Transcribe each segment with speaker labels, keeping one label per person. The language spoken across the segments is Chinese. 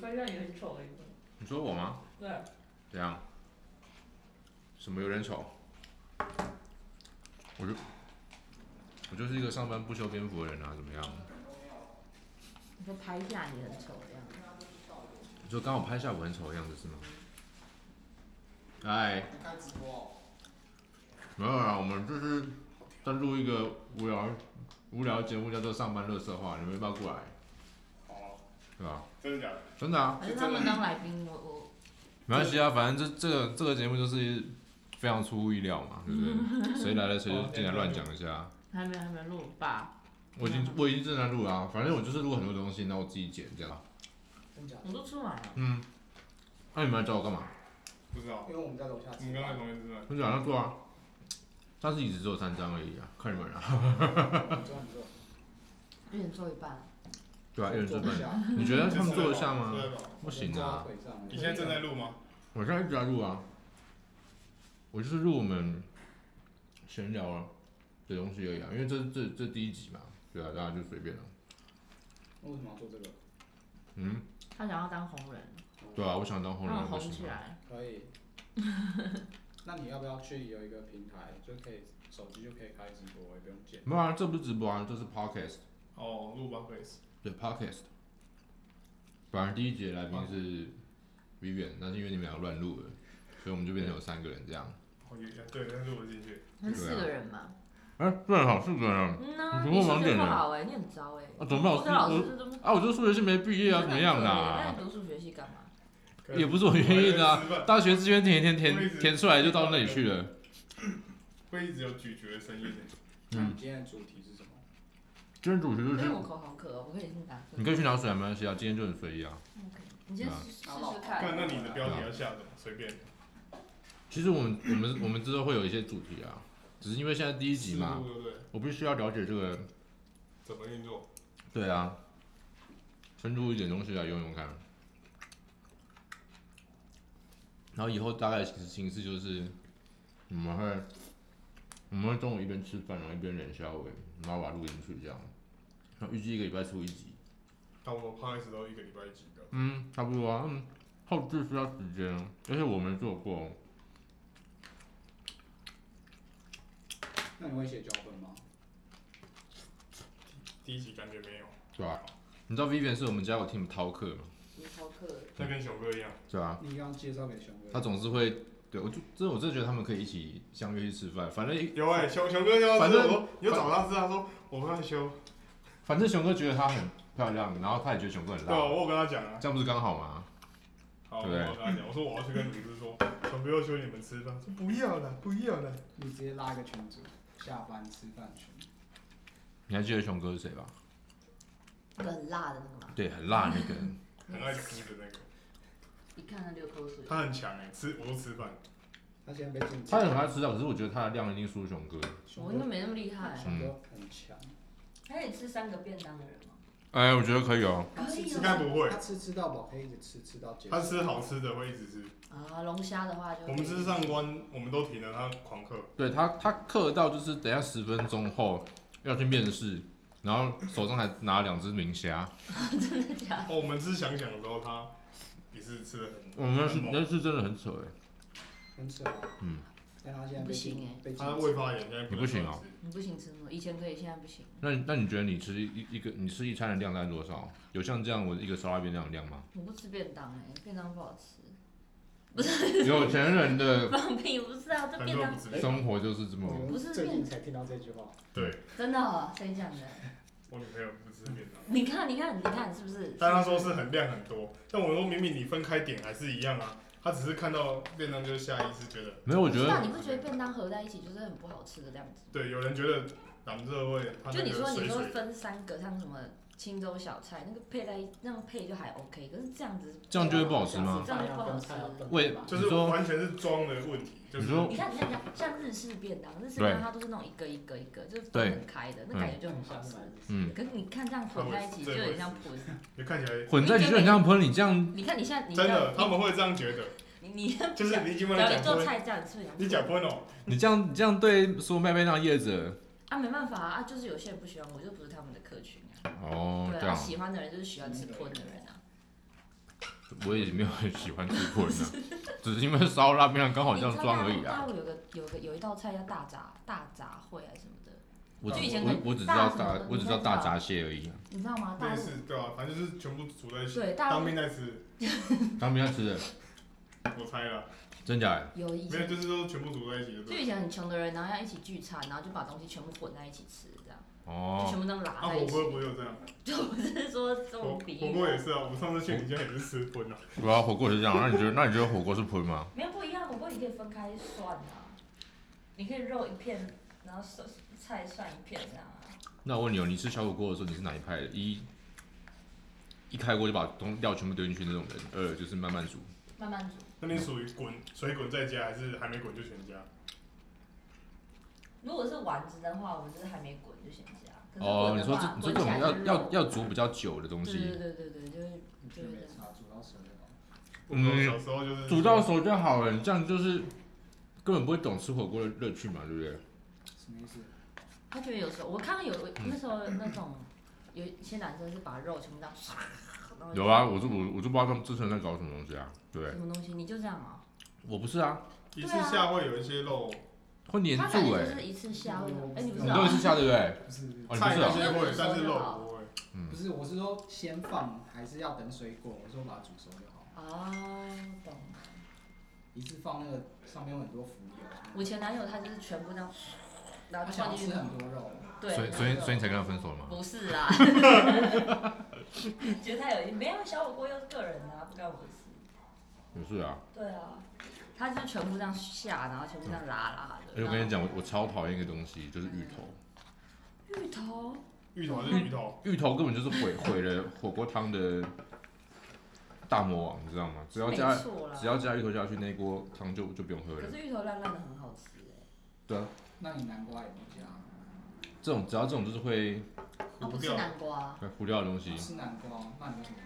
Speaker 1: 会让你很丑的一个。
Speaker 2: 你说我吗？
Speaker 1: 对，
Speaker 2: 怎样？什么有点丑？我就我就是一个上班不修边幅的人啊，怎么样？
Speaker 3: 你说拍下你很丑这样，
Speaker 2: 你说刚好拍下我很丑的样子是吗？哎，
Speaker 4: 你看直播哦，
Speaker 2: 没有啦，我们就是在录一个无聊无聊节目，叫做《上班乐色话》，你们要不要过来？
Speaker 4: 哦，
Speaker 2: 对吧？
Speaker 4: 真的假的？
Speaker 2: 真的啊，
Speaker 3: 可是他们当来宾，我我
Speaker 2: 没关系啊，反正这这个这个节目就是非常出乎意料嘛，对不 对？谁来了谁就进来乱讲一下。啊
Speaker 3: 还没还没录吧？
Speaker 2: 我已经
Speaker 3: 啊
Speaker 2: 我已经正在录啦，反正我就是录很多东西，然后我自己剪这样。
Speaker 4: 真假的？
Speaker 3: 我都吃完了，
Speaker 2: 嗯，那、你们来找我干嘛？
Speaker 4: 不知道，
Speaker 5: 因为我们在楼下
Speaker 4: 你
Speaker 5: 吃
Speaker 4: 们刚才
Speaker 5: 饭，
Speaker 4: 同意是吗？
Speaker 2: 很早上做啊，但是椅子只有三张而已啊，看你们 啊。
Speaker 5: 你坐你坐，
Speaker 3: 一人做一半。
Speaker 2: 对啊，一人
Speaker 5: 坐
Speaker 2: 做饭，
Speaker 5: 不下，
Speaker 2: 你觉得他们做得 下
Speaker 4: 坐
Speaker 2: 吗？
Speaker 4: 得下
Speaker 2: 不行
Speaker 5: 坐到
Speaker 2: 啊，
Speaker 5: 腿上
Speaker 4: 你现在正在录吗？
Speaker 2: 我现在一直在录啊，我就是录我们闲聊啊的东西而已啊，因为这这这第一集嘛，对啊，大家就随便了、
Speaker 5: 那为什么要做这个？
Speaker 2: 嗯，
Speaker 3: 他想要当红人，
Speaker 2: 对啊，我想当红人
Speaker 3: 让我
Speaker 2: 我不
Speaker 3: 红
Speaker 2: 行啊
Speaker 3: 起
Speaker 2: 吗？
Speaker 3: 来。
Speaker 5: 可 以。那你要不要去有一个平台，就可以手机就可以开直播，也不用剪。
Speaker 2: 没有啊，这不是直播啊，这是 podcast，
Speaker 4: 哦，录吧，可以。
Speaker 2: 对 podcast。反正第一节来宾是 Vivian，但是因为你们俩乱录了，所以我们就变成有三个人这样。
Speaker 4: 哦，也对，但是录不进去。
Speaker 3: 他是四个人嘛？
Speaker 2: 哎、对，好，四个人啊，
Speaker 3: 嗯呐，
Speaker 2: 你
Speaker 3: 你
Speaker 2: 怎么
Speaker 3: 数
Speaker 2: 盲
Speaker 3: 学
Speaker 2: 点
Speaker 3: 不
Speaker 2: 呢
Speaker 3: 好哎，你很糟哎。
Speaker 2: 啊怎么办我
Speaker 3: 数学老师都
Speaker 2: 啊我就数学系没毕业啊，怎么样
Speaker 3: 那
Speaker 2: 啦？
Speaker 3: 你读数学系干嘛？
Speaker 2: 也不是我愿意的啊
Speaker 4: 我还在吃饭
Speaker 2: 大学志愿填一填填填出来就到那里去了。
Speaker 4: 会一直有咀嚼的声音。
Speaker 2: 嗯
Speaker 5: 那你今天的主题是什么？
Speaker 2: 今天主题就
Speaker 3: 因为
Speaker 2: 是，
Speaker 3: 我口好渴哦，我可以先打嗝。
Speaker 2: 你可以去拿水啊，没关系啊，今天就很随意啊。
Speaker 3: 你先试试试
Speaker 4: 看，
Speaker 3: 看。
Speaker 4: 那你的标题要下什么？随便。
Speaker 2: 其实我们我们我们之后会有一些主题啊，只是因为现在第一集嘛，
Speaker 4: 思路对不对？
Speaker 2: 我必须要了解这个，
Speaker 4: 怎么运作？
Speaker 2: 对啊，深入一点东西来用用看。然后以后大概形形式就是，我们会我们会中午一边吃饭，然后一边冷笑尾，然后把它录进去这样。然后预计一个礼拜出一集，
Speaker 4: 但我 p o d 都一个礼拜一集的。
Speaker 2: 嗯，差不多啊，嗯，后置需要时间，啊而且我没做过，哦
Speaker 5: 那你会写脚本吗？
Speaker 4: 第一集感觉没有，
Speaker 2: 对吧、你知道 Vivian 是我们家有 team 饕客吗？
Speaker 3: 你口渴。
Speaker 4: 那跟熊哥一样。
Speaker 2: 对吧、
Speaker 5: 你刚刚介绍给熊
Speaker 2: 啊他
Speaker 5: 哥，
Speaker 2: 总是会，对我就这我真的觉得他们可以一起相约去吃饭，反正一
Speaker 4: 有哎，熊熊哥要
Speaker 2: 反正
Speaker 4: 我你就找他吃，他说我不害羞。
Speaker 2: 反正熊哥觉得她很漂亮，然后他也觉得熊哥很
Speaker 4: 对啊，
Speaker 2: 辣，
Speaker 4: 我有跟他讲啊。
Speaker 2: 这样不是刚好吗？
Speaker 4: 好，我
Speaker 2: 对
Speaker 4: 有
Speaker 2: 不对
Speaker 4: 跟他讲，我说我要去跟鲁师说，熊哥要求你们吃饭，说不要了，不要了。
Speaker 5: 你直接拉一个群组，下班吃饭群。
Speaker 2: 你还记得熊哥是谁吧？
Speaker 3: 那个很辣的那个吗？
Speaker 2: 对，很辣那个，
Speaker 4: 很爱吃的那个，
Speaker 3: 一看他流口水。
Speaker 4: 他很强哎，吃我都吃饭。
Speaker 5: 他现在被禁止。
Speaker 2: 他也很爱吃辣，可是我觉得他的量一定输熊哥。
Speaker 5: 熊
Speaker 3: 我应该
Speaker 5: 哥，
Speaker 3: 没那么厉害。
Speaker 5: 熊
Speaker 2: 嗯
Speaker 5: 哥很强。
Speaker 1: 他可以吃三个便当的人吗？
Speaker 2: 哎、我觉得可以哦。
Speaker 5: 他吃吃
Speaker 4: 应该不会
Speaker 5: 他吃吃到饱，可以一直吃吃到结束
Speaker 4: 他。吃好吃的会一直吃。
Speaker 3: 啊，龙虾的话就
Speaker 4: 我们吃上官，我们都停了，他狂客。
Speaker 2: 对他，他刻到就是等一下十分钟后要去面试，然后手上还拿了两只明虾。
Speaker 3: 真的假的？
Speaker 4: 哦，我们吃想想的时候，他也是吃的很。
Speaker 2: 我哦们那次
Speaker 4: 很猛
Speaker 2: 那次真的很扯哎，
Speaker 5: 很扯啊。
Speaker 2: 嗯。
Speaker 5: 但他现在被禁
Speaker 3: 不行欸
Speaker 5: 被禁
Speaker 4: 他
Speaker 5: 止
Speaker 4: 胃发炎，现在
Speaker 2: 你不行哦
Speaker 4: 能
Speaker 3: 你不行吃什么？以前可以，现在不行。
Speaker 2: 那你那你觉得你吃一一个你吃一餐的量大概多少？有像这样我一个烧腊面那样的量吗？
Speaker 3: 我不吃便当哎、便当不好吃。
Speaker 2: 有钱人的
Speaker 3: 放屁！不是啊，
Speaker 4: 吃，
Speaker 3: 这
Speaker 4: 很
Speaker 3: 便
Speaker 4: 多
Speaker 3: 当
Speaker 4: 不吃。
Speaker 2: 生活就是这么
Speaker 5: 我
Speaker 3: 不
Speaker 5: 们
Speaker 3: 是
Speaker 5: 最
Speaker 3: 面
Speaker 5: 近才听到这句话，
Speaker 4: 对，
Speaker 3: 真的、哦，谁讲的？
Speaker 4: 我女朋友不吃便当，
Speaker 3: 你看，你看，你看，是不 是？
Speaker 4: 但她说是很量很多，但我说明明你分开点还是一样啊，她只是看到便当就下意识觉得，
Speaker 2: 没有，我觉
Speaker 3: 知道
Speaker 2: 得
Speaker 3: 你不觉得便当合在一起就是很不好吃的样子？
Speaker 4: 对，有人觉得咱这味，他
Speaker 3: 就
Speaker 4: 那
Speaker 3: 你
Speaker 4: 个
Speaker 3: 说你
Speaker 4: 水
Speaker 3: 说
Speaker 4: 水的，
Speaker 3: 分三个，像什么青州小菜，那个配在一那样配就还 OK，可是这样子
Speaker 2: 这样就会不好吃吗？
Speaker 3: 这样就不好
Speaker 5: 跟
Speaker 3: 吃
Speaker 5: 菜。要分
Speaker 2: 喂
Speaker 5: 吧
Speaker 4: 就
Speaker 2: 你
Speaker 4: 是
Speaker 2: 说
Speaker 4: 完全是装的问题，就是
Speaker 2: 你说
Speaker 3: 你看，你看，你看，像日式便当，日式便当它都是那种一个一个一个，就是分很开的，那感觉就很好吃。嗯，可是你看这样混在一起就有点像混。
Speaker 4: 就看起来
Speaker 2: 混在一起就很像喷，你这样
Speaker 3: 你看你现在，你
Speaker 4: 真的
Speaker 3: 这
Speaker 4: 他
Speaker 3: 样
Speaker 4: 们会这样觉得，
Speaker 3: 你你
Speaker 4: 就是你已经
Speaker 3: 只
Speaker 4: 帮他
Speaker 3: 要一
Speaker 4: 讲
Speaker 3: 做
Speaker 4: 分，
Speaker 3: 菜这样，是不是？
Speaker 4: 你讲分哦，
Speaker 2: 你这样你这样对说妹妹那样叶子
Speaker 3: 啊，没办法啊，啊就是有些人不喜欢我，就不是他们的客群啊。
Speaker 2: 哦，
Speaker 3: 对
Speaker 2: 这
Speaker 3: 啊，
Speaker 2: 样
Speaker 3: 喜欢的人就是喜欢吃荤的人啊。
Speaker 2: 我也没有很喜欢吃荤啊， 只是因为烧腊面刚好这样装而已
Speaker 3: 大
Speaker 2: 啊。
Speaker 3: 陆有个有个有一道菜叫大杂大杂烩还是什么的，
Speaker 2: 我只
Speaker 3: 就以前
Speaker 2: 我
Speaker 3: 很
Speaker 2: 我只知道
Speaker 3: 大什么
Speaker 2: 大
Speaker 3: 的
Speaker 2: 我只知道大闸蟹而已啊，
Speaker 3: 你知道吗？大
Speaker 4: 类
Speaker 3: 陆
Speaker 4: 似对吧、啊反正就是全部煮在一起，
Speaker 3: 对哦大
Speaker 4: 当
Speaker 3: 陆
Speaker 4: 面在吃，
Speaker 2: 他们要吃的，
Speaker 4: 我猜啦，
Speaker 2: 真假的？
Speaker 3: 有以
Speaker 4: 没有
Speaker 3: 前
Speaker 4: 就是说全部煮在一起的。
Speaker 3: 就以前很穷的人，然后要一起聚餐，然后就把东西全部混在一起吃，这样就
Speaker 2: 哦，
Speaker 3: 全部都
Speaker 4: 啊，
Speaker 3: 拉在
Speaker 4: 火
Speaker 3: 一起
Speaker 4: 锅。不会有这样，
Speaker 3: 就不是说这
Speaker 4: 火
Speaker 3: 种比
Speaker 4: 火
Speaker 3: 喻
Speaker 4: 锅也是啊，我们上次去你家也是吃荤啊，
Speaker 2: 对啊，火锅也是这样。那你觉得那你觉得火锅是荤吗？
Speaker 1: 没有不一样，火锅你可以分开涮啊，你可以肉一片，然后涮菜涮一片这样啊。
Speaker 2: 那我问你哦，你吃小火锅的时候你是哪一派的？一一开锅就把东料全部丢进去那种人，二就是慢慢煮。
Speaker 1: 慢慢煮。
Speaker 4: 那你属于滚水滚再加，还是还没滚就全加？
Speaker 1: 如果是丸子的话，我就是还没滚就先加。可是
Speaker 2: 哦，
Speaker 1: 滚
Speaker 2: 你
Speaker 1: 的
Speaker 2: 说
Speaker 1: 话，
Speaker 2: 这你说
Speaker 1: 滚
Speaker 2: 这
Speaker 1: 起
Speaker 2: 种
Speaker 1: 来
Speaker 2: 要
Speaker 1: 就是
Speaker 2: 要
Speaker 1: 肉
Speaker 2: 要煮比较久的东
Speaker 3: 对对
Speaker 2: 西，
Speaker 3: 对对对，就是
Speaker 5: 你觉得没差，煮到熟就好。
Speaker 4: 我们小时候就是
Speaker 2: 嗯煮到熟就好了。你这样就是根本不会懂吃火锅的乐趣嘛，对不对？
Speaker 5: 什么意思？
Speaker 3: 他觉得有时候我看到有那时候那种有一些男生是把肉全部这样唰，然后
Speaker 2: 有啊，我就我我就不知道他们之前在搞什么东西啊，对不对
Speaker 3: 什？么东西，你就这样啊？
Speaker 2: 我不是啊，
Speaker 4: 一次下会有一些肉，
Speaker 2: 哦会粘
Speaker 3: 他感
Speaker 2: 住
Speaker 3: 觉
Speaker 2: 哎、
Speaker 3: 就是一次下胃，哎，你不
Speaker 2: 你
Speaker 3: 是
Speaker 2: 都会
Speaker 3: 啊？
Speaker 2: 吃虾对不对？
Speaker 5: 不是
Speaker 2: 哦你不
Speaker 4: 菜
Speaker 2: 是
Speaker 4: 那
Speaker 2: 哦
Speaker 4: 些会，但是肉不会。
Speaker 5: 不是，我是说先放还是要等水滚？我说把它煮熟就好。
Speaker 3: 哦，懂。
Speaker 5: 一次放那个上面有很多浮油，
Speaker 3: 我前男友他就是全部这样，然
Speaker 5: 他
Speaker 3: 后
Speaker 5: 想
Speaker 3: 放
Speaker 5: 要
Speaker 3: 进
Speaker 5: 吃
Speaker 3: 去，
Speaker 5: 很多肉，
Speaker 3: 对，
Speaker 2: 所以所以所以你才跟他分手吗？
Speaker 3: 不是啦，
Speaker 1: 你觉得太有意没有小火锅又是个人的、啊，不干我的事。
Speaker 2: 不是啊，
Speaker 1: 对啊，
Speaker 3: 他就是全部这样下，然后全部这样拉拉
Speaker 2: 哎
Speaker 3: 的。
Speaker 2: 我跟你讲，我我超讨厌一个东西，就是芋头，
Speaker 3: 芋头，
Speaker 4: 芋头还是芋头，
Speaker 2: 芋头根本就是 毁毁了火锅汤的大魔王，你知道吗？只要
Speaker 3: 没
Speaker 2: 加
Speaker 3: 错啦
Speaker 2: 只。要加芋头下去，那一锅汤就就不用喝
Speaker 3: 可
Speaker 2: 了。
Speaker 3: 是芋头烂烂的很好吃哎。
Speaker 2: 对啊，
Speaker 5: 那你南瓜也不加？
Speaker 2: 这种只要这种就是会
Speaker 3: 啊，
Speaker 4: 糊
Speaker 3: 不
Speaker 4: 掉
Speaker 3: 是。南瓜，
Speaker 2: 会糊掉的东西
Speaker 5: 吃南瓜，那你为什么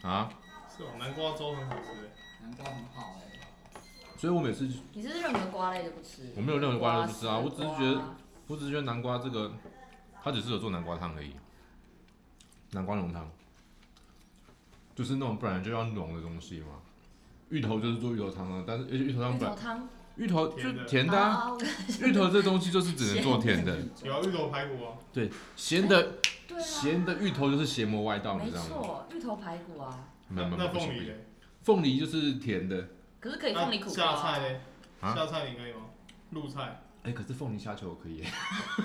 Speaker 5: 不？
Speaker 2: 啊，
Speaker 4: 是哦，南瓜粥很好吃欸。
Speaker 5: 南瓜很好哎、
Speaker 2: 所以我每次
Speaker 3: 你是任何瓜类都不吃？
Speaker 2: 我没有任何瓜类都不吃啊
Speaker 3: 瓜
Speaker 2: 我只是觉得我只是觉得南瓜这个，它只是有做南瓜汤而已，南瓜浓汤，就是那种本来就要浓的东西嘛。芋头就是做芋头汤啊，但是而且芋头汤
Speaker 3: 芋
Speaker 2: 本来
Speaker 3: 头汤，
Speaker 2: 芋头
Speaker 4: 甜
Speaker 2: 就
Speaker 4: 的
Speaker 2: 甜的、啊，
Speaker 3: 啊，我
Speaker 2: 芋头这东西就是只能做甜的，
Speaker 4: 有啊芋头排骨啊，
Speaker 2: 咸的
Speaker 3: 对啊，
Speaker 2: 咸的芋头就是邪魔歪道，你
Speaker 3: 没
Speaker 2: 知道吗？
Speaker 3: 错，芋头排骨啊，
Speaker 2: 没
Speaker 4: 那
Speaker 2: 有没有
Speaker 4: 那
Speaker 2: 不行
Speaker 4: 凤
Speaker 2: 不
Speaker 4: 梨
Speaker 2: 行，
Speaker 4: 嘞，
Speaker 2: 凤梨就是甜的，
Speaker 3: 可是可以放你
Speaker 4: 那
Speaker 3: 苦
Speaker 4: 下
Speaker 3: 瓜。
Speaker 4: 菜嘞，
Speaker 2: 啊
Speaker 4: 下菜你可以吗？入菜，
Speaker 2: 哎，可是凤梨虾球可以，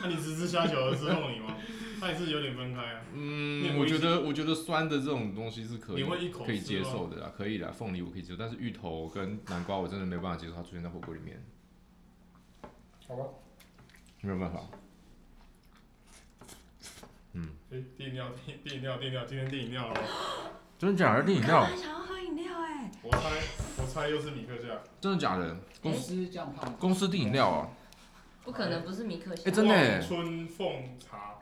Speaker 4: 那你只吃虾球，而吃凤梨 吗？那也是有点分开啊。你也
Speaker 2: 嗯，
Speaker 4: 不
Speaker 2: 我
Speaker 4: 会
Speaker 2: 觉得我觉得酸的这种东西是可以
Speaker 4: 你会一口
Speaker 2: 可以
Speaker 4: 吃
Speaker 2: 接
Speaker 4: 哦吗
Speaker 2: 受的啦，可以啦，凤梨我可以接受，但是芋头跟南瓜我真的没有办法接受它出现在火锅里面。
Speaker 4: 好吧。
Speaker 2: 没有办法。
Speaker 4: 哎，订饮料，订订饮料，订饮料，今天订饮料了吗？
Speaker 2: 真的假的？订饮料？
Speaker 3: 还想要喝饮料哎，
Speaker 4: 我猜，我猜又是米克夏。
Speaker 2: 真的假的？公
Speaker 5: 公
Speaker 2: 司
Speaker 5: 司这样胖，
Speaker 2: 公司订饮料啊？
Speaker 3: 不可能不是米克夏
Speaker 2: 哎。真的耶
Speaker 4: 春凤茶，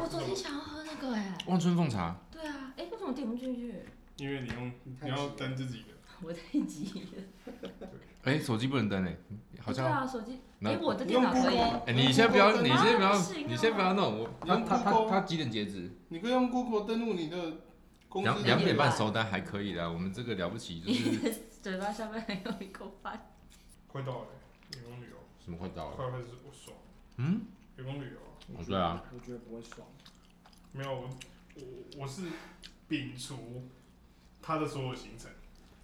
Speaker 3: 我昨天想要喝那个哎，
Speaker 2: 望春凤茶，
Speaker 3: 对啊，哎，为什么点不进去？
Speaker 4: 因为你用你要登自己的，
Speaker 3: 我太急了。
Speaker 2: 哎、手机不能登哎、好
Speaker 3: 对
Speaker 2: 像。
Speaker 3: 啊，手机，
Speaker 2: 那
Speaker 3: 哎，我的
Speaker 4: 你用
Speaker 3: 电脑可
Speaker 4: Google，
Speaker 3: 以。
Speaker 4: 啊
Speaker 2: 哎、你先不要，
Speaker 4: 用
Speaker 2: 你
Speaker 4: Google 登
Speaker 2: 先不要
Speaker 3: 不行，啊
Speaker 2: 你先不要弄我。他他他他几点截止？
Speaker 4: 你可以用 Google 登录你的公司
Speaker 2: 两
Speaker 4: 的
Speaker 2: 两
Speaker 4: 那
Speaker 2: 点
Speaker 4: 个
Speaker 2: 半收单还可以的，我们这个了不起就
Speaker 3: 你
Speaker 2: 是
Speaker 3: 的嘴巴下面还有一口饭，
Speaker 4: 快到了，员工旅游，
Speaker 2: 什么快到了？
Speaker 4: 快快是我爽，
Speaker 2: 嗯，
Speaker 4: 员工旅游啊
Speaker 5: 我
Speaker 2: 哦
Speaker 5: 觉
Speaker 2: 对
Speaker 5: 得
Speaker 2: 啊，
Speaker 5: 我觉得不会爽。
Speaker 4: 没有我我我是摒除他的所有行程，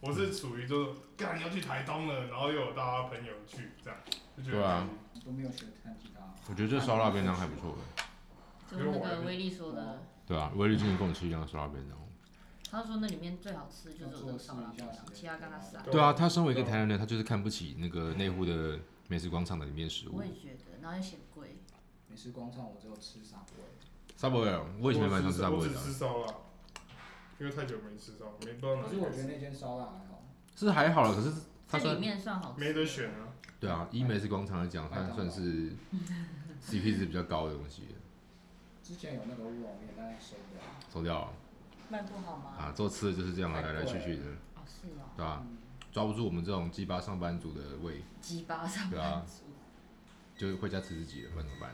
Speaker 4: 我是属于就是干要去台东了，然后又有大家朋友去这样，就觉得
Speaker 2: 对啊
Speaker 5: 你都没有学弹吉他，
Speaker 2: 我觉得这烧腊便当还不错哎。
Speaker 3: 就那个威力说的，
Speaker 2: 对啊，威力今天跟我吃一样的烧腊便当。
Speaker 3: 他说那里面最好吃就是我这个烧腊便当，其他跟他是啊。
Speaker 2: 对啊，他身为一个台南人，他就是看不起那个内湖的美食广场的里面食物
Speaker 3: 我。也觉得，然后又嫌贵，
Speaker 5: 美食广场我只有吃沙锅，
Speaker 2: Subway，我啊以前蛮常吃 Subway
Speaker 4: 我
Speaker 2: 的
Speaker 4: 只
Speaker 2: 啊，
Speaker 4: 吃烧腊，因为太久没吃烧，没不知道哪
Speaker 5: 可是我觉得
Speaker 4: 里
Speaker 5: 那间烧腊还好，
Speaker 2: 是还好了，可是他
Speaker 3: 这
Speaker 2: 说
Speaker 3: 里面算好吃。
Speaker 4: 没得选啊，
Speaker 2: 对啊，以美食广场来讲，它算是 CP 值比较高的东西，
Speaker 5: 之前有那个乌龙面，但是收啊不了。
Speaker 2: 收掉了
Speaker 3: 卖不好吗？
Speaker 2: 啊。做吃的就是这样啊，来来去去的，
Speaker 3: 哦，是哦，
Speaker 2: 对吧、啊
Speaker 5: 嗯
Speaker 2: 抓不住我们这种鸡巴上班族的胃，
Speaker 3: 鸡巴上
Speaker 2: 对
Speaker 3: 班
Speaker 2: 啊
Speaker 3: 族。
Speaker 2: 就是回家吃自己了，不然怎么办？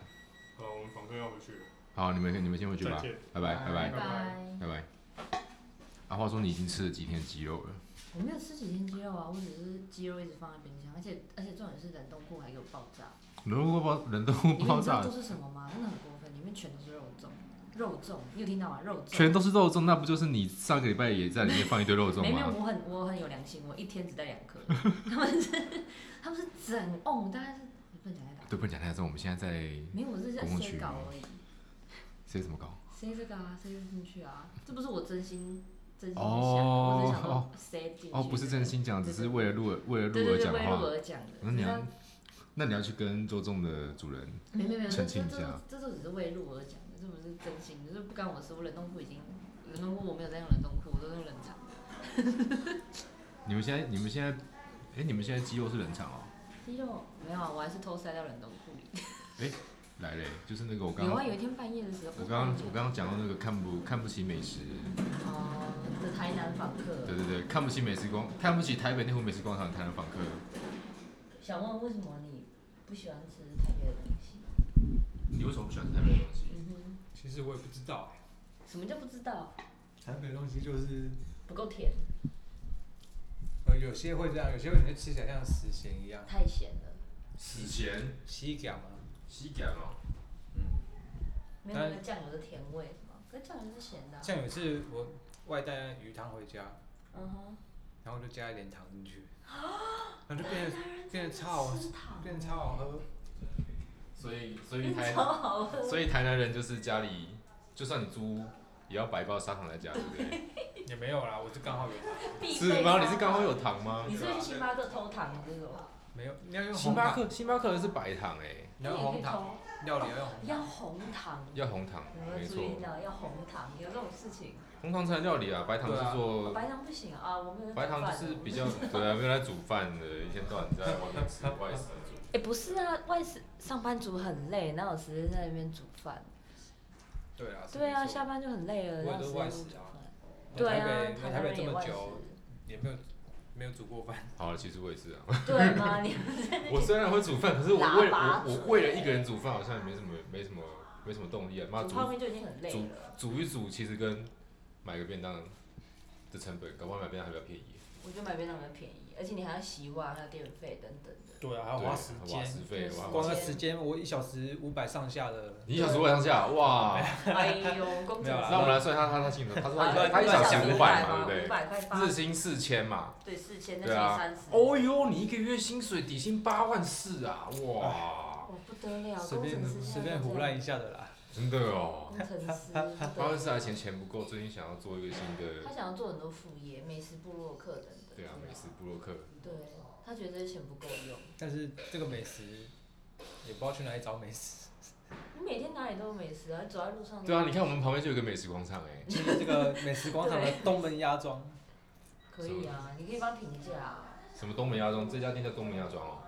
Speaker 4: 好，我们访客要回去了，
Speaker 2: 好，你们你们先回去
Speaker 4: 再
Speaker 2: 吧，
Speaker 4: 见。
Speaker 2: 拜拜拜
Speaker 5: 拜
Speaker 2: 拜
Speaker 3: 拜拜。
Speaker 2: 拜拜。阿花说你已经吃了几天鸡肉了，
Speaker 3: 我没有吃几天鸡肉啊，我只是鸡肉一直放在冰箱，而且而且重点是冷冻库还给我爆炸。
Speaker 2: 冷冻包冷冻
Speaker 3: 你
Speaker 2: 包
Speaker 3: 们知
Speaker 2: 炸
Speaker 3: 道，都是什么吗？真的很过分，里面全都是肉粽，肉粽，你有听到吗？肉粽，
Speaker 2: 全都是肉粽，那不就是你上个礼拜也在里面放一堆肉
Speaker 3: 没
Speaker 2: 粽
Speaker 3: 有没有，
Speaker 2: 吗？
Speaker 3: 我很我很有良心，我一天只带两 颗。他们是他们是整瓮，大概是不能讲太大，
Speaker 2: 对，不能讲太重，我们现在在
Speaker 3: 没有，我是在
Speaker 2: 公共区
Speaker 3: 塞
Speaker 2: 域
Speaker 3: 稿而已，
Speaker 2: 谁怎么哦搞？
Speaker 3: 塞这个啊，塞进去啊，这不是我真心真心想，
Speaker 2: 哦
Speaker 3: 我只想
Speaker 2: 哦
Speaker 3: 说塞进去。
Speaker 2: 哦，不是真心讲，只是为了录而为了
Speaker 3: 对
Speaker 2: 录
Speaker 3: 对
Speaker 2: 而
Speaker 3: 对，
Speaker 2: 讲
Speaker 3: 为了
Speaker 2: 话。
Speaker 3: 我讲的。
Speaker 2: 那你要
Speaker 3: 只是啊
Speaker 2: 那你要去跟周仲的主人，
Speaker 3: 他没没没，这
Speaker 2: 澄
Speaker 3: 这
Speaker 2: 清一
Speaker 3: 这
Speaker 2: 下
Speaker 3: 这都只是为路而讲的，这不是真心的，这不干我的事。我冷冻库已经冷冻库我没有在用冷冻库，我都是用冷藏。
Speaker 2: 你们现在你们现在，哎、你们现在鸡肉是冷藏哦，
Speaker 3: 鸡肉没有啊，我还是偷塞到冷冻库里。
Speaker 2: 来嘞，就是那个我刚
Speaker 3: 有
Speaker 2: 刚
Speaker 3: 啊，有一天半夜的时候，
Speaker 2: 我刚刚我刚刚讲到那个看不看不起美食，
Speaker 3: 哦，的台南访客。
Speaker 2: 对对对，看不起美食广，看不起台北内湖美食广场的台南访客，
Speaker 1: 想问为什么你不喜欢吃台北的东西？
Speaker 2: 你为什么不喜欢吃台北的东西？
Speaker 3: 嗯
Speaker 6: 其实我也不知道，哎
Speaker 3: 哼，什么叫不知道？
Speaker 6: 台北的东西就是
Speaker 3: 不够甜，
Speaker 6: 呃有些会这样，有些你就吃起来像死咸一样，
Speaker 3: 太咸了。
Speaker 2: 死前
Speaker 6: 西感嘛，
Speaker 2: 西感哦，
Speaker 6: 嗯，
Speaker 3: 没有那个酱油的甜味嘛，可是酱油是咸的啊、
Speaker 6: 像有一次我外带鱼汤回家，
Speaker 3: 嗯哼，
Speaker 6: 然后就加一点糖进去，
Speaker 3: 啊
Speaker 6: 然后就变得变得超
Speaker 2: 啊
Speaker 6: 好，
Speaker 3: 吃糖
Speaker 6: 变得超好喝，
Speaker 2: 所以所以
Speaker 3: 超
Speaker 2: 台
Speaker 3: 好喝。
Speaker 2: 所以台南人就是家里，就算你租也要摆一包砂糖在家，对不对？
Speaker 6: 也没有啦，我就刚好有糖，
Speaker 3: 必备
Speaker 2: 是吗？你是
Speaker 3: 啊
Speaker 2: 刚好有啊糖吗？
Speaker 1: 你是不是去星巴克偷糖的这种？
Speaker 6: 没有，你要用
Speaker 2: 星
Speaker 6: 哎红
Speaker 2: 巴
Speaker 6: 糖，
Speaker 2: 克星巴克的是白糖哎、欸，
Speaker 6: 你要用红糖，料理要用红
Speaker 3: 要
Speaker 6: 糖，
Speaker 3: 红糖，
Speaker 2: 要红糖
Speaker 1: 有没，
Speaker 2: 没
Speaker 1: 有注
Speaker 2: 错，
Speaker 1: 意到要红糖？有这种事情，
Speaker 2: 红糖才料理啊，白糖是
Speaker 1: 哦
Speaker 2: 做。
Speaker 1: 白糖不行啊！我没有在
Speaker 2: 白糖
Speaker 1: 做
Speaker 2: 就
Speaker 1: 饭
Speaker 2: 是比较对啊，没有在煮饭的，一天到晚在外面吃外食
Speaker 3: 哎、不是啊，外食上班族很累，哪有时间在那边煮饭？
Speaker 6: 对啊，是
Speaker 3: 对啊，
Speaker 6: 没错
Speaker 3: 下班就很累了，
Speaker 6: 我也
Speaker 3: 哪
Speaker 6: 都
Speaker 3: 有时
Speaker 6: 外
Speaker 3: 间
Speaker 6: 食
Speaker 3: 煮
Speaker 6: 啊
Speaker 3: 饭？
Speaker 6: 我
Speaker 3: 对
Speaker 6: 台
Speaker 3: 啊，
Speaker 6: 北我台
Speaker 3: 南
Speaker 6: 北
Speaker 3: 人
Speaker 6: 这
Speaker 3: 也
Speaker 6: 么
Speaker 3: 外食，
Speaker 6: 久也没有没有煮过饭，
Speaker 2: 好了，其实我也是啊。
Speaker 3: 对吗？你们在那
Speaker 2: 我
Speaker 3: 边
Speaker 2: 虽然会煮饭，可是我
Speaker 3: 喇
Speaker 2: 为
Speaker 3: 叭
Speaker 2: 我我为了一个人煮饭，好像也没什么没什么没什么动力啊。妈
Speaker 1: 煮泡
Speaker 2: 煮
Speaker 1: 面就已经很累了。
Speaker 2: 煮一煮，其实跟买个便当的成本，搞不好买便当还比较便宜。
Speaker 1: 我觉得买便当比较便宜，而且你还要洗碗，还有电费等等的。
Speaker 6: 对啊，还
Speaker 2: 对，
Speaker 6: 要花时
Speaker 2: 花
Speaker 6: 间，
Speaker 2: 时费，
Speaker 1: 就是
Speaker 2: 花
Speaker 6: 光
Speaker 1: 了
Speaker 6: 个时间我一小时五百上下的，
Speaker 2: 你一小时五百上下，哇！
Speaker 1: 哎呦，工
Speaker 6: 没有啦
Speaker 2: 那我们来算一下他他薪水，他说
Speaker 3: 啊
Speaker 2: 他一他一小
Speaker 6: 小
Speaker 2: 时
Speaker 6: 时
Speaker 2: 五百
Speaker 1: 百
Speaker 2: 嘛，对
Speaker 1: 五
Speaker 2: 不
Speaker 1: 百块八
Speaker 2: 对？日，薪四千嘛。
Speaker 1: 对四千，那
Speaker 2: 对啊
Speaker 1: 是
Speaker 3: 嗯
Speaker 1: 三十。
Speaker 2: 哦呦，你一个月薪水底薪八万四啊，哇！
Speaker 3: 哎
Speaker 1: 哦，不得了，
Speaker 6: 随
Speaker 1: 工
Speaker 6: 便
Speaker 1: 程师
Speaker 6: 随
Speaker 1: 现
Speaker 6: 便
Speaker 1: 在都
Speaker 6: 胡
Speaker 1: 这样
Speaker 6: 乱一下的啦。
Speaker 2: 真的哦，
Speaker 1: 工程师
Speaker 2: 八万
Speaker 1: 对，
Speaker 2: 四还嫌钱不够，最近想要做一个新
Speaker 1: 他
Speaker 2: 的，
Speaker 1: 想要做很多副业，美食部落客等等。
Speaker 2: 对啊，美食布洛克。
Speaker 1: 对，啊他觉得这些钱不够用。
Speaker 6: 但是这个美食也不知道去哪里找美食。
Speaker 1: 你每天哪里都有美食啊，走在路上。
Speaker 2: 对啊，你看我们旁边就有一个美食广场哎、
Speaker 6: 就是这个美食广场的东门鸭庄，
Speaker 1: 可以啊，你可以帮他评价啊。
Speaker 2: 什么东门鸭庄，这家店叫东门鸭庄哦，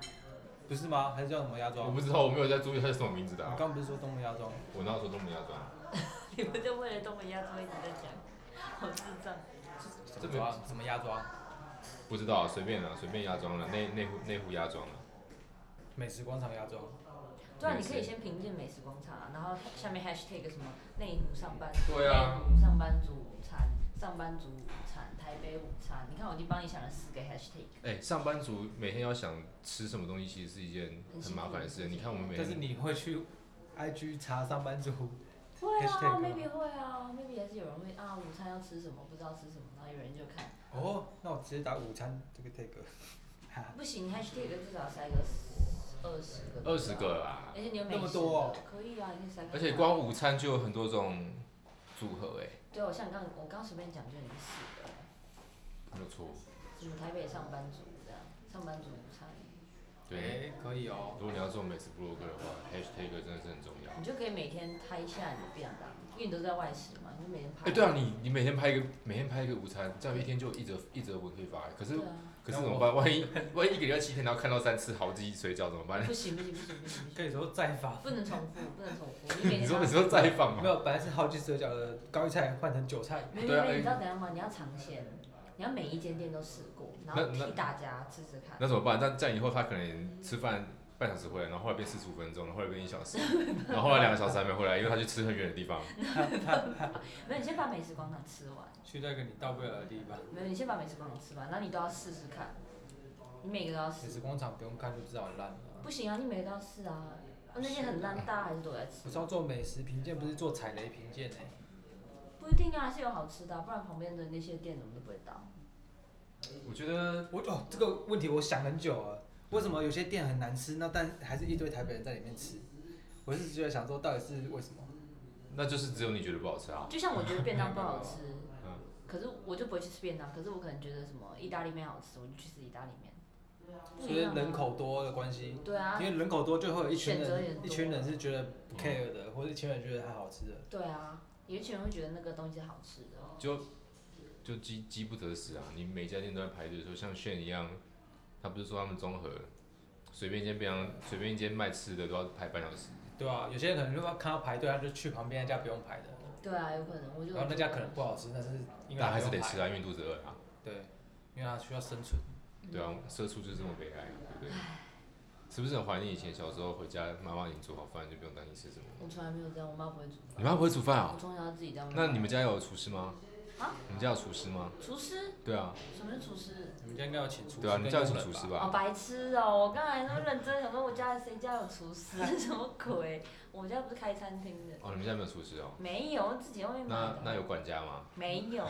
Speaker 6: 不是吗？还是叫什么鸭
Speaker 2: 我
Speaker 6: 庄？
Speaker 2: 不知道，我没有在注意它是什么名字的、
Speaker 6: 我
Speaker 2: 啊，
Speaker 6: 刚不是说东门鸭庄？
Speaker 2: 我哪有说东门鸭 庄？啊
Speaker 1: 你们就为了东北亚洲一直在讲， 好智障。
Speaker 6: 什么庄什么鸭庄？
Speaker 2: 不知道啊，随便啊，随便鸭庄了，内内湖内湖鸭庄了，
Speaker 6: 美食广场鸭庄，
Speaker 1: 对啊，
Speaker 2: 美
Speaker 1: 你
Speaker 2: 食
Speaker 1: 可以先评鉴美食广场啊，然后下面 hashtag 什么内湖上班，
Speaker 2: 对啊
Speaker 1: 内湖上班族午餐，上班族午餐，台北午餐。你看我已经帮你想了四个 hashtag，
Speaker 2: 哎、上班族每天要想吃什么东西，其实是一件
Speaker 1: 很
Speaker 2: 很
Speaker 1: 辛苦
Speaker 2: 麻烦的事情。你看我们每
Speaker 6: 但是
Speaker 2: 天，
Speaker 6: 你会去 IG 查上班族，
Speaker 1: 会
Speaker 6: hashtag
Speaker 1: 啊
Speaker 6: 吗
Speaker 1: ，maybe 会啊，maybe 还是有人会啊，午餐要吃什么不知道吃什么，然后有人就看，
Speaker 6: 哦，那我直接打午餐这个 tag，
Speaker 1: 不行 hashtag 至少塞个二十个，
Speaker 2: 二十，个啦，
Speaker 1: 而且你有美
Speaker 6: 那么
Speaker 1: 食
Speaker 6: 多哦
Speaker 1: 的，可以啊，你可以塞看看。
Speaker 2: 而且光午餐就有很多种组合哎、
Speaker 1: 对，我像你刚我刚随便讲就已经四个了，
Speaker 2: 没有错。
Speaker 1: 什么台北上班族这样，上班族午餐。
Speaker 2: 对，
Speaker 6: 哎，可以哦
Speaker 2: 如。果你要做美食部落格的话，hashtag 真的是很重要。
Speaker 1: 你就可以每天拍一下你的便当，因为你都在外食嘛，你就每天拍。
Speaker 2: 哎、对啊，你你每天拍一个，每天拍一个午餐，这样一天就一则一则文可以发。可是
Speaker 1: 对啊，
Speaker 2: 可是怎么办？万一 万一一个礼拜七天，然后看到三次好鸡水饺怎么办？
Speaker 1: 不行不行不行不行不
Speaker 6: 可
Speaker 1: 行，
Speaker 6: 以说再访，
Speaker 1: 不能重复，不能重复。你每天
Speaker 2: 你说
Speaker 1: 都
Speaker 2: 你
Speaker 1: 要
Speaker 2: 说再放
Speaker 6: 没
Speaker 2: 嘛？
Speaker 6: 有，本来是好几折角的高丽菜换成韭菜，
Speaker 1: 没有没
Speaker 2: 对啊
Speaker 1: 有，
Speaker 2: 哎
Speaker 1: 你知道怎样吗？你要尝鲜，你要每一间店都试过，然后
Speaker 2: 那那
Speaker 1: 替大家试试看
Speaker 2: 那。怎么办？那这样以后他可能吃饭半小时回来，然后后来变四十五分钟，然后后来变一小时，然后后来两个小时还没回来，因为他去吃很远的地方。
Speaker 3: 没有，你先把美食广场吃完。
Speaker 6: 去到一个你到不了的地方。
Speaker 3: 没有，你先把美食广场吃完，然后你都要试试看，你每个都要
Speaker 6: 美
Speaker 3: 试。
Speaker 6: 食工厂不用看就知道很烂了啊。
Speaker 3: 不行啊，你每个都要试啊。啊那些很烂，大家还是都在吃
Speaker 6: 不。是要做美食评鉴，不是做踩雷评鉴哎。
Speaker 3: 不一定啊，是有好吃的啊、不然旁边的那些店怎么都不会倒。
Speaker 6: 我觉得我哦这个问题我想很久了，为什么有些店很难吃，那但还是一堆台北人在里面吃？我是觉得想说到底是为什么？
Speaker 2: 那就是只有你觉得不好吃啊？
Speaker 3: 就像我觉得便当不好吃，
Speaker 2: 嗯
Speaker 3: 可是我就不会去吃便当。可是我可能觉得什么意大利面好吃，我就去吃意大利面。不
Speaker 6: 所
Speaker 3: 一
Speaker 6: 以
Speaker 3: 样啊
Speaker 6: 人口多的关系，
Speaker 3: 对啊
Speaker 6: 因，为人口多就会有一群
Speaker 3: 选择也
Speaker 6: 人
Speaker 3: 多
Speaker 6: 一群人是觉得不 care 的，或者一群人觉得它好吃的。
Speaker 3: 对啊，有一群人会觉得那个东西是好吃的。哦
Speaker 2: 就就饥饥不择食啊！你每家店都在排队的时候，像炫一样，他不是说他们综合随便一间便当，随便一间卖吃的都要排半小时。
Speaker 6: 对啊，有些人可能就看到排队，他就去旁边那家不用排的，
Speaker 3: 对啊，有可能我就。
Speaker 6: 然哦后那家可能不好吃，但是因为
Speaker 2: 但
Speaker 6: 他
Speaker 2: 还是得
Speaker 6: 不用排
Speaker 2: 吃啊，因为肚子饿啊。
Speaker 6: 对，因为他需要生存。
Speaker 2: 对啊，社畜就是这么悲哀，对不对？是不是很怀念以前小时候回家，妈妈已经煮好饭，就不用担心吃什么？
Speaker 3: 我从来没有这样，我妈不会煮
Speaker 2: 你
Speaker 3: 饭。
Speaker 2: 妈不会煮饭
Speaker 6: 哦
Speaker 2: 啊
Speaker 3: 我？从小自己当。
Speaker 2: 那你们家有厨师吗？
Speaker 3: 啊？
Speaker 2: 你们家有厨师吗？
Speaker 3: 厨师？
Speaker 2: 对啊，
Speaker 3: 什么是厨师？
Speaker 6: 你们家应该要请厨师，
Speaker 2: 对啊，你们家有请厨师？
Speaker 3: 哦，
Speaker 2: 吧？
Speaker 3: 白痴哦！我刚才那么认真，想说我家谁家有厨 师？什么鬼？我家不是开餐厅的，
Speaker 2: 哦，你们家没有厨师哦？
Speaker 3: 没有，自己外面买
Speaker 2: 那
Speaker 3: 的。
Speaker 2: 那有管家吗？
Speaker 3: 没有，
Speaker 6: 应
Speaker 3: 我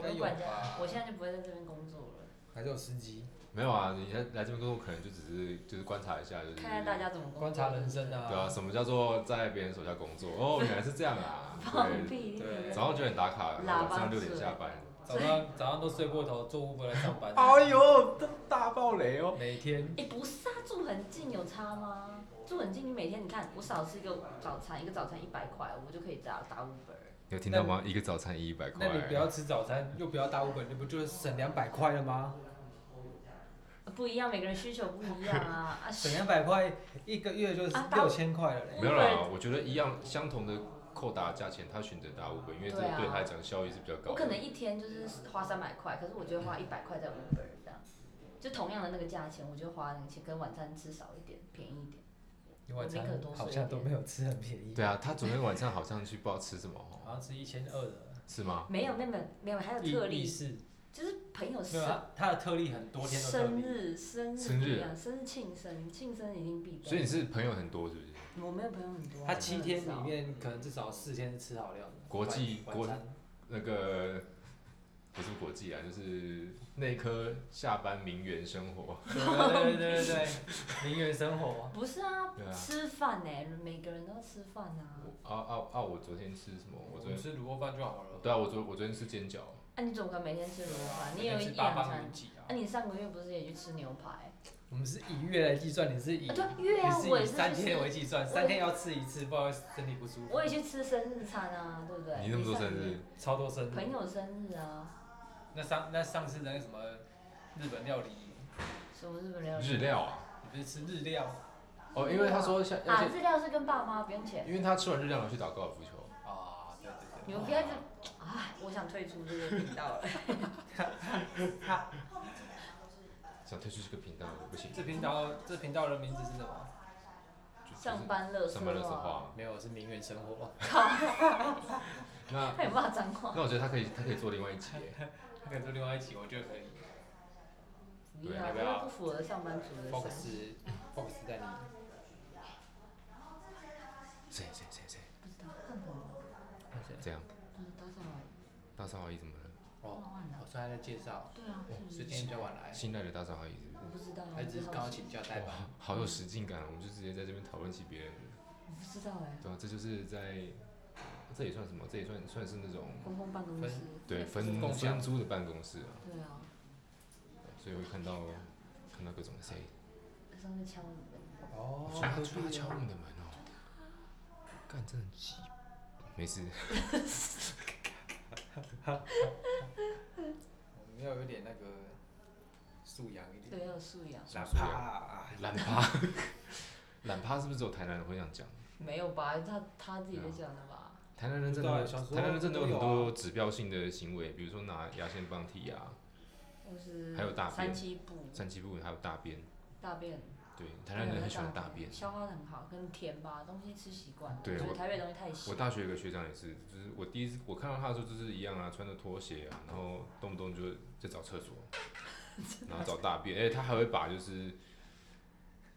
Speaker 6: 该
Speaker 3: 有
Speaker 6: 有
Speaker 3: 管家，
Speaker 6: 吧？
Speaker 3: 我现在就不会在这边工作了。
Speaker 6: 还是有司机，
Speaker 2: 没有啊，你来来这边工作可能就只是就是观察一下，就是
Speaker 3: 看看大家怎么工作。
Speaker 6: 观察人生。啊。
Speaker 2: 对啊，什么叫做在别人手下工作？ 哦，原来是这样啊。
Speaker 3: 放
Speaker 2: 对，
Speaker 3: 屁！
Speaker 6: 对
Speaker 2: 早上九点打卡，然后晚
Speaker 3: 喇叭
Speaker 2: 上六点
Speaker 3: 嘴
Speaker 2: 下班。哎
Speaker 6: 早上早上都睡过头，坐 Uber 来上班。
Speaker 2: 呦，这大暴雷哦！
Speaker 6: 每天
Speaker 3: 哎，不是啊，住很近有差吗？住很近，你每天你看，我少吃一个早餐，一个早餐一百块，我就可以打打 Uber。
Speaker 2: 有听到吗？一个早餐一百块。
Speaker 6: 那你不要吃早餐，又不要搭 Uber，你不就是省两百块了吗？
Speaker 3: 不一样，每个人需求不一样啊 啊！
Speaker 6: 省两百块，一个月就是
Speaker 3: 啊搭
Speaker 6: 六千块了嘞。
Speaker 2: 没有啦，我觉得一样相同的扣打价钱，他选择打五个，因为这
Speaker 3: 对啊
Speaker 2: 对他来讲效益是比较高的。
Speaker 3: 我可能一天就是花三百块，可是我就会花一百块在 Uber 这样，就同样的那个价钱，我就花那个钱跟晚餐吃少一点，便宜一点。
Speaker 6: 你晚餐
Speaker 3: 我宁可多睡
Speaker 6: 好
Speaker 3: 一
Speaker 6: 像
Speaker 3: 点
Speaker 6: 都没有吃，很便宜。
Speaker 2: 对，啊，他昨天晚上好像去不知道吃什么哦，
Speaker 6: 好像吃一千二的。
Speaker 2: 是吗？
Speaker 3: 没有，那没有，没有，还有
Speaker 6: 意
Speaker 3: 特
Speaker 6: 意
Speaker 3: 例，
Speaker 6: 式
Speaker 3: 就是朋友
Speaker 6: 没有
Speaker 3: 生
Speaker 6: 啊，它的特例很多天都特
Speaker 3: 生
Speaker 6: 例。
Speaker 3: 日、生日
Speaker 2: 生
Speaker 3: 不
Speaker 2: 日
Speaker 3: 一样，生日庆生，庆生一定必备。
Speaker 2: 所以你是朋友很多是不是？
Speaker 3: 我没有朋友很多啊，
Speaker 6: 它七天
Speaker 3: 真的很
Speaker 6: 里
Speaker 3: 少
Speaker 6: 面可能至少四天是吃好料的。
Speaker 2: 国际
Speaker 6: 晚晚餐
Speaker 2: 那个不是国际啊，就是内科下班名媛生活。
Speaker 6: 对对对对对，名媛生活。
Speaker 3: 不是啊
Speaker 2: 对，啊
Speaker 3: 吃饭呢，每个人都要吃饭啊。
Speaker 2: 我啊啊啊！我昨天吃什么？我
Speaker 6: 我
Speaker 2: 昨
Speaker 6: 们
Speaker 2: 天
Speaker 6: 吃卤肉饭就好了。
Speaker 2: 对啊，我昨我昨天吃煎饺，
Speaker 3: 那啊你总不能每天吃卤肉
Speaker 2: 啊
Speaker 3: 饭，啊你
Speaker 6: 每
Speaker 3: 有
Speaker 6: 天
Speaker 3: 一
Speaker 6: 吃八
Speaker 3: 两
Speaker 6: 磅
Speaker 3: 餐
Speaker 6: 云。集啊
Speaker 3: 那。你上个月不是也去吃牛排？
Speaker 6: 我们是以月来计算，你是以
Speaker 3: 啊，对，月啊，
Speaker 6: 你
Speaker 3: 我
Speaker 6: 是
Speaker 3: 也
Speaker 6: 以
Speaker 3: 是
Speaker 6: 三
Speaker 3: 去
Speaker 6: 天
Speaker 3: 吃
Speaker 6: 为计算，
Speaker 3: 也
Speaker 6: 三天要吃一次，不然会身体不舒服
Speaker 3: 我。也去吃生日餐啊，对不对？
Speaker 2: 你那么多生
Speaker 3: 上
Speaker 2: 日
Speaker 3: 次，
Speaker 6: 超多生
Speaker 3: 朋
Speaker 6: 日。
Speaker 3: 友生日啊，
Speaker 6: 那上那上次那个什么日本料理，
Speaker 3: 什么日本料理？
Speaker 2: 日料啊？
Speaker 6: 你不是吃日料
Speaker 2: 哦，因为他说像要
Speaker 3: 啊，
Speaker 2: 先，
Speaker 3: 日料是跟爸妈不用钱。
Speaker 2: 因为他吃完日料然后去打高尔夫球。
Speaker 6: 啊？对
Speaker 3: 你
Speaker 6: 对
Speaker 3: 们不要就，哎，我想退出这个频道了。
Speaker 2: 想退出这个频道不行
Speaker 6: 对。，这频道这频道的名字是什么？
Speaker 2: 就就是
Speaker 3: 上班乐色
Speaker 2: 上班乐色
Speaker 3: 话，
Speaker 2: 话。
Speaker 6: 没有，是名媛生活。
Speaker 2: 那
Speaker 3: 他有骂脏话。
Speaker 2: 那我觉得他可以，他可以做另外一集耶，
Speaker 6: 那可以做另外一集，我觉得可以。
Speaker 3: 不
Speaker 2: 对
Speaker 3: 要，
Speaker 2: 要
Speaker 6: 不
Speaker 3: 这
Speaker 6: 要
Speaker 3: 个不符合上班族的生活。
Speaker 6: Fox
Speaker 2: 啊
Speaker 6: Fox 在你
Speaker 2: 谁谁谁谁
Speaker 3: 不知道看什么？
Speaker 2: 这样？
Speaker 3: 嗯，打扫完
Speaker 2: 大三好意怎么了？
Speaker 6: 哦，
Speaker 3: 忘了。
Speaker 6: 我说他在介绍，
Speaker 3: 对啊，是不
Speaker 6: 所
Speaker 3: 是？
Speaker 6: 以哦今天比较晚来，
Speaker 2: 新来的大三好意是不
Speaker 3: 我不知道啊，
Speaker 6: 他只是
Speaker 3: 我
Speaker 6: 刚
Speaker 3: 好
Speaker 6: 刚
Speaker 3: 奇
Speaker 6: 请假代
Speaker 2: 是？哇
Speaker 6: 班。，
Speaker 2: 好有实境感，我们就直接在这边讨论起别人。
Speaker 3: 我不知道哎，
Speaker 2: 对啊，这就是在，这也算什么？这也算算是那种
Speaker 3: 公共办公室。
Speaker 2: 对分
Speaker 6: 共享
Speaker 2: 分租的办公室啊，
Speaker 3: 对啊，
Speaker 2: 所以会看到看到各种谁，
Speaker 3: 上次敲你的。
Speaker 6: 哦
Speaker 2: 我觉得他居然敲我们的门哦，干真的很急，没事，
Speaker 6: 我们要有点那个素养一点，
Speaker 3: 对，要有素养。
Speaker 2: 什么素养
Speaker 6: 怕
Speaker 2: 懒趴，懒趴是不是只有台南人会这样讲？
Speaker 3: 没有吧？他他自己在讲的吧？
Speaker 2: 台南人真
Speaker 6: 不
Speaker 2: 的，
Speaker 6: 知道欸小时候
Speaker 2: 台南人真的有
Speaker 6: 都有
Speaker 2: 很
Speaker 6: 啊
Speaker 2: 多指标性的行为，比如说拿牙线棒剔牙、
Speaker 3: 就是
Speaker 2: 还有大便
Speaker 3: 三七步
Speaker 2: 三七步，还有大便。
Speaker 3: 大便。
Speaker 2: 对，台南人很喜欢大便。
Speaker 3: 消化的很好，跟甜吧东西吃习惯了。
Speaker 2: 对
Speaker 3: 我觉
Speaker 2: 我
Speaker 3: 得台北的东西太
Speaker 2: 我
Speaker 3: 咸。
Speaker 2: 大学有个学长也是，就是我第一次我看到他的时候就是一样啊，穿着拖鞋啊，然后动不动就在找厕所，然后找大便，而且他还会把就是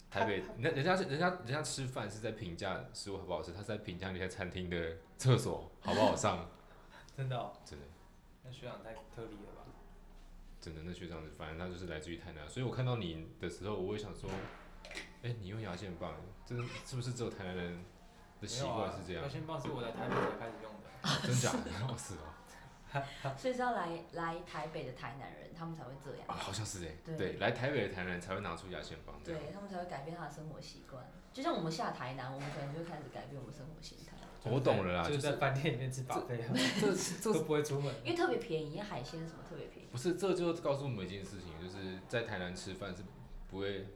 Speaker 2: 台北那人家是人家人家吃饭是在评价食物好不好吃，他是在评价那些餐厅的厕所好不好上，
Speaker 6: 真的、哦，
Speaker 2: 真的
Speaker 6: 那学长太特例了吧？
Speaker 2: 真的那学长反正他就是来自于台南，所以我看到你的时候，我会想说，哎、你用牙线棒，这是不是只有台南人的习惯是这
Speaker 6: 没有
Speaker 2: 样
Speaker 6: 啊？标签棒是我来台北才开始用的。
Speaker 2: 真假的？ 哦我死了。
Speaker 3: 所以是要来来台北的台南人，他们才会这样
Speaker 2: 啊，，好像是哎、
Speaker 3: 对
Speaker 2: 对，来台北的台南人才会拿出牙线棒这样，
Speaker 3: 对他们才会改变他的生活习惯。就像我们下台南，我们可能就会开始改变我们生活形态，
Speaker 2: 我懂了啦，
Speaker 6: 就
Speaker 2: 就是
Speaker 6: 在
Speaker 2: 是
Speaker 6: 饭店里面吃巴菲，
Speaker 2: 这这
Speaker 6: 都不会出门。
Speaker 3: 因为特别便宜，海鲜什么特别便宜。
Speaker 2: 不是这就告诉我们一件事情，就是在台南吃饭是不会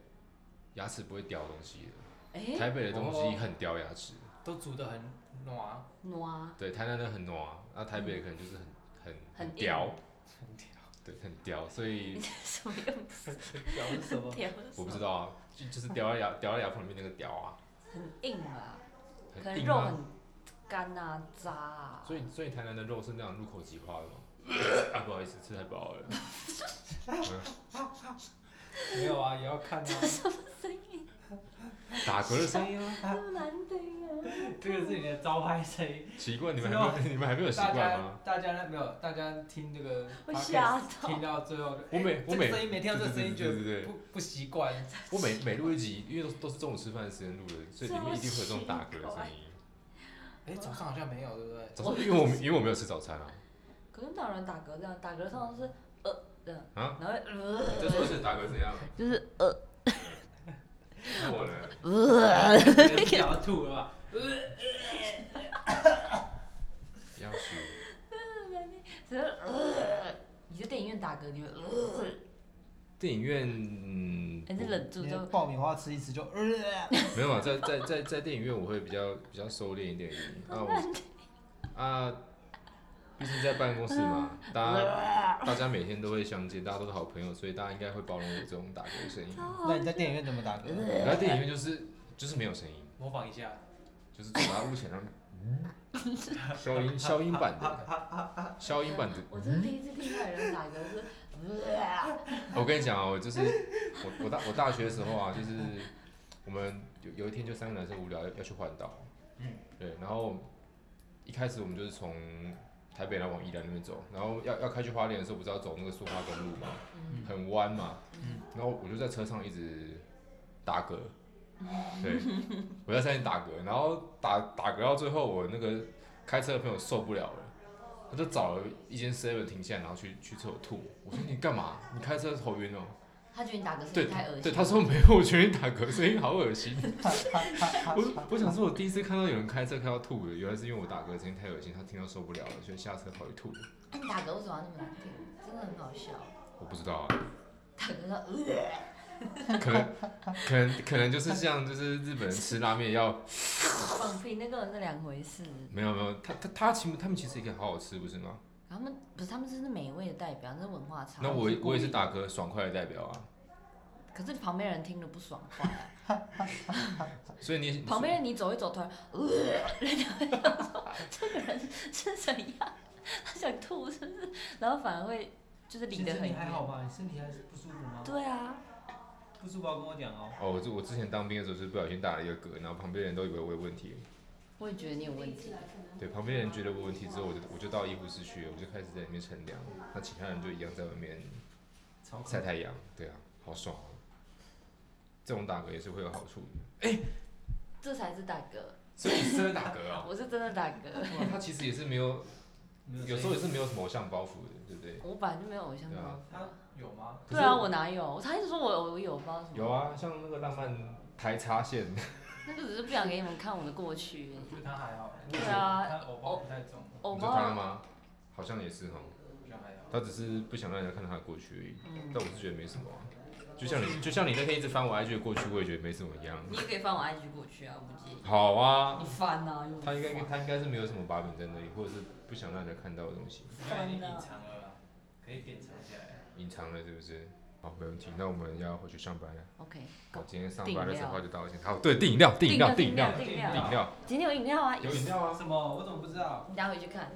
Speaker 2: 牙齿不会掉东西的，
Speaker 3: 哎、
Speaker 2: 台北的东西很掉牙齿，
Speaker 3: 哦
Speaker 6: 都煮的很暖，啊
Speaker 3: 挪
Speaker 2: 对，台南人很糯啊，那台北可能就是很很
Speaker 3: 很硬
Speaker 2: 刁，
Speaker 6: 很屌。
Speaker 2: 对，很刁，所 以
Speaker 3: 什么用词？
Speaker 6: 屌是什么？
Speaker 3: 甜
Speaker 2: 我不知道啊，就就是掉在牙掉在牙缝里面那个屌啊，
Speaker 3: 很硬啊，可
Speaker 2: 很
Speaker 3: 能
Speaker 2: 硬
Speaker 3: 肉
Speaker 2: 啊，
Speaker 3: 很干啊、渣啊。
Speaker 2: 所以所以台南的肉是那样入口即化的吗？ 啊，不好意思，吃太饱了。
Speaker 6: 没有啊，也要看啊。
Speaker 2: 打嗝的声音啊，
Speaker 3: 那么难听啊！
Speaker 6: 这个是你的招牌声音。
Speaker 2: 习惯你们还没有你们还没有习
Speaker 6: 大
Speaker 2: 惯
Speaker 6: 家
Speaker 2: 吗？
Speaker 6: 大家没有，大家听这个
Speaker 3: 会吓
Speaker 6: podcast
Speaker 3: 到
Speaker 6: 听到最后，
Speaker 2: 我每我
Speaker 6: 这个
Speaker 2: 每
Speaker 6: 声音没听到这个声音，觉
Speaker 2: 对对对
Speaker 6: 得不不习惯。
Speaker 2: 我每每录一集，因为都是都是中午吃饭的时间录的，所
Speaker 3: 啊
Speaker 2: 以里面一定会有这种打嗝的声音。
Speaker 6: 哎，早上好像没有，对不对？
Speaker 3: 啊
Speaker 2: 早上因为我因为我没有吃早餐啊，
Speaker 3: 可是哪有人打嗝这样？打嗝通常是呃这样，
Speaker 2: 啊
Speaker 3: 然后会呃，
Speaker 2: 这说的是打嗝怎样？
Speaker 3: 就是呃
Speaker 2: 那我呢？
Speaker 3: 呃，
Speaker 6: 想要吐了吧？
Speaker 2: 要死！
Speaker 3: 只是呃。你在电影院打嗝，你会呃，
Speaker 2: 电影院，嗯
Speaker 3: 哎你是忍住就
Speaker 6: 爆米花吃一吃就呃，
Speaker 2: 没有啊，在在在在电影院我会比较比较收敛一点 啊我啊，毕竟在办公室嘛，大家
Speaker 3: 呃，
Speaker 2: 大家每天都会相见，大家都是好朋友，所以大家应该会包容我这种打嗝的声音。
Speaker 6: 那你在电影院怎么打嗝？
Speaker 2: 然后电影院就是就是没有声音，
Speaker 6: 模仿一下，
Speaker 2: 就是嘴巴捂起来，然后嗯消音消音版的，消音版的。
Speaker 3: 我真的第一次听到有人打嗝是呃，
Speaker 2: 我跟你讲啊，我就是我我大我大学的时候啊，就是我们有有一天就三个男生无聊要要去环岛，
Speaker 6: 嗯，
Speaker 2: 对，然后一开始我们就是从台北然后往宜兰那边走，然后要要开去花莲的时候，不是要走那个苏花公路嘛，
Speaker 6: 嗯
Speaker 2: 很弯嘛，
Speaker 6: 嗯，
Speaker 2: 然后我就在车上一直打 嗝，对，我在车上打嗝，然后打打嗝到最后，我那个开车的朋友受不了了。他就找了一间 seven 停下来，然后去去厕所吐。我说你干嘛？你开车头晕哦、
Speaker 3: 他觉得你打嗝声
Speaker 2: 对
Speaker 3: 音太恶心，
Speaker 2: 对，他说没有，我觉得你打嗝声音好恶心。 我我想说，我第一次看到有人开车开到吐的，原来是因为我打嗝声音太恶心，他听到受不了了，所以下车跑去吐。
Speaker 3: 哎，你打嗝为什么要那么难听？真的很好笑，
Speaker 2: 我不知道啊，
Speaker 3: 打嗝到呃，
Speaker 2: 可能可能可能就是像就是日本人吃拉面要
Speaker 3: 放屁那个是两回事。
Speaker 2: 没有没有，他他他其实他们其实也可以好好吃，不是吗？
Speaker 3: 他们不是他们，这是美味的代表，这是文化差。
Speaker 2: 那我
Speaker 3: 是故
Speaker 2: 我也
Speaker 3: 意
Speaker 2: 是打嗝爽快的代表啊，
Speaker 3: 可是旁边人听了 不爽快啊、
Speaker 2: 所以你
Speaker 3: 旁边人你走一走，突然，呃，人家会想说这个人是怎样，他想吐是不是？然后反而会就是离得很
Speaker 6: 你还好
Speaker 3: 远。
Speaker 6: 吧？你身体还是不舒服吗？
Speaker 3: 对啊，
Speaker 6: 不舒服要跟我讲哦。
Speaker 2: 哦，我就我之前当兵的时候是不小心打了一个嗝，然后旁边人都以为我有问题，
Speaker 3: 我也觉得你有问题。
Speaker 2: 对，旁边人觉得我有问题之后，我就我就到医护室去了，我就开始在里面乘凉，那其他人就一样在外面
Speaker 6: 超
Speaker 2: 晒太阳，对啊，好爽啊！这种打嗝也是会有好处的，
Speaker 3: 这才是打嗝，
Speaker 2: 所以你是真的打嗝 啊、
Speaker 3: 我是真的打嗝。
Speaker 2: 哇，他啊其实也是没有，有时候也
Speaker 6: 是
Speaker 2: 是没有什么偶像包袱的，对不对？啊
Speaker 3: 我本来就没有偶像包
Speaker 6: 他
Speaker 3: 袱。
Speaker 6: 有吗？
Speaker 2: 可
Speaker 3: 对
Speaker 2: 是
Speaker 3: 啊，我哪有？他一直说我有我有包什么？
Speaker 2: 有啊，像那个浪漫台插线，
Speaker 3: 那就只是不想给你们看我的过去。
Speaker 6: 我觉得他还好，
Speaker 3: 对啊，
Speaker 6: 他偶包不太重，
Speaker 3: 偶
Speaker 2: 你说他
Speaker 3: 包。啊
Speaker 2: 吗？好像也是哈，哦
Speaker 6: 我觉得还好。
Speaker 2: 他只是不想让人家看到他的过去而已。
Speaker 3: 嗯
Speaker 2: 但我是觉得没什么、啊，就像你就像你那天一直翻我 IG 的过去，我也觉得没什么一样。
Speaker 3: 你也可以翻我 IG 过去啊，我不介意。
Speaker 2: 好啊
Speaker 3: 你，翻啊，又不
Speaker 2: 他应该
Speaker 3: 翻
Speaker 2: 他应该是没有什么把柄在那里，或者是不想让人家看到的东西
Speaker 6: 他已经隐藏了啦，可以给你藏起来。
Speaker 2: 隐藏了，是不是？好，没问题。那我们要回去上班了。
Speaker 3: OK，
Speaker 2: 好，
Speaker 3: 够
Speaker 2: 今天上班的时候就到这里。好，对，订饮料，订饮料，订饮料，
Speaker 3: 订饮
Speaker 2: 订饮
Speaker 3: 料，
Speaker 2: 料，
Speaker 3: 今天有饮料啊，
Speaker 2: 有饮料啊。
Speaker 6: 什么？我怎么不知道？
Speaker 3: 你拿回去看。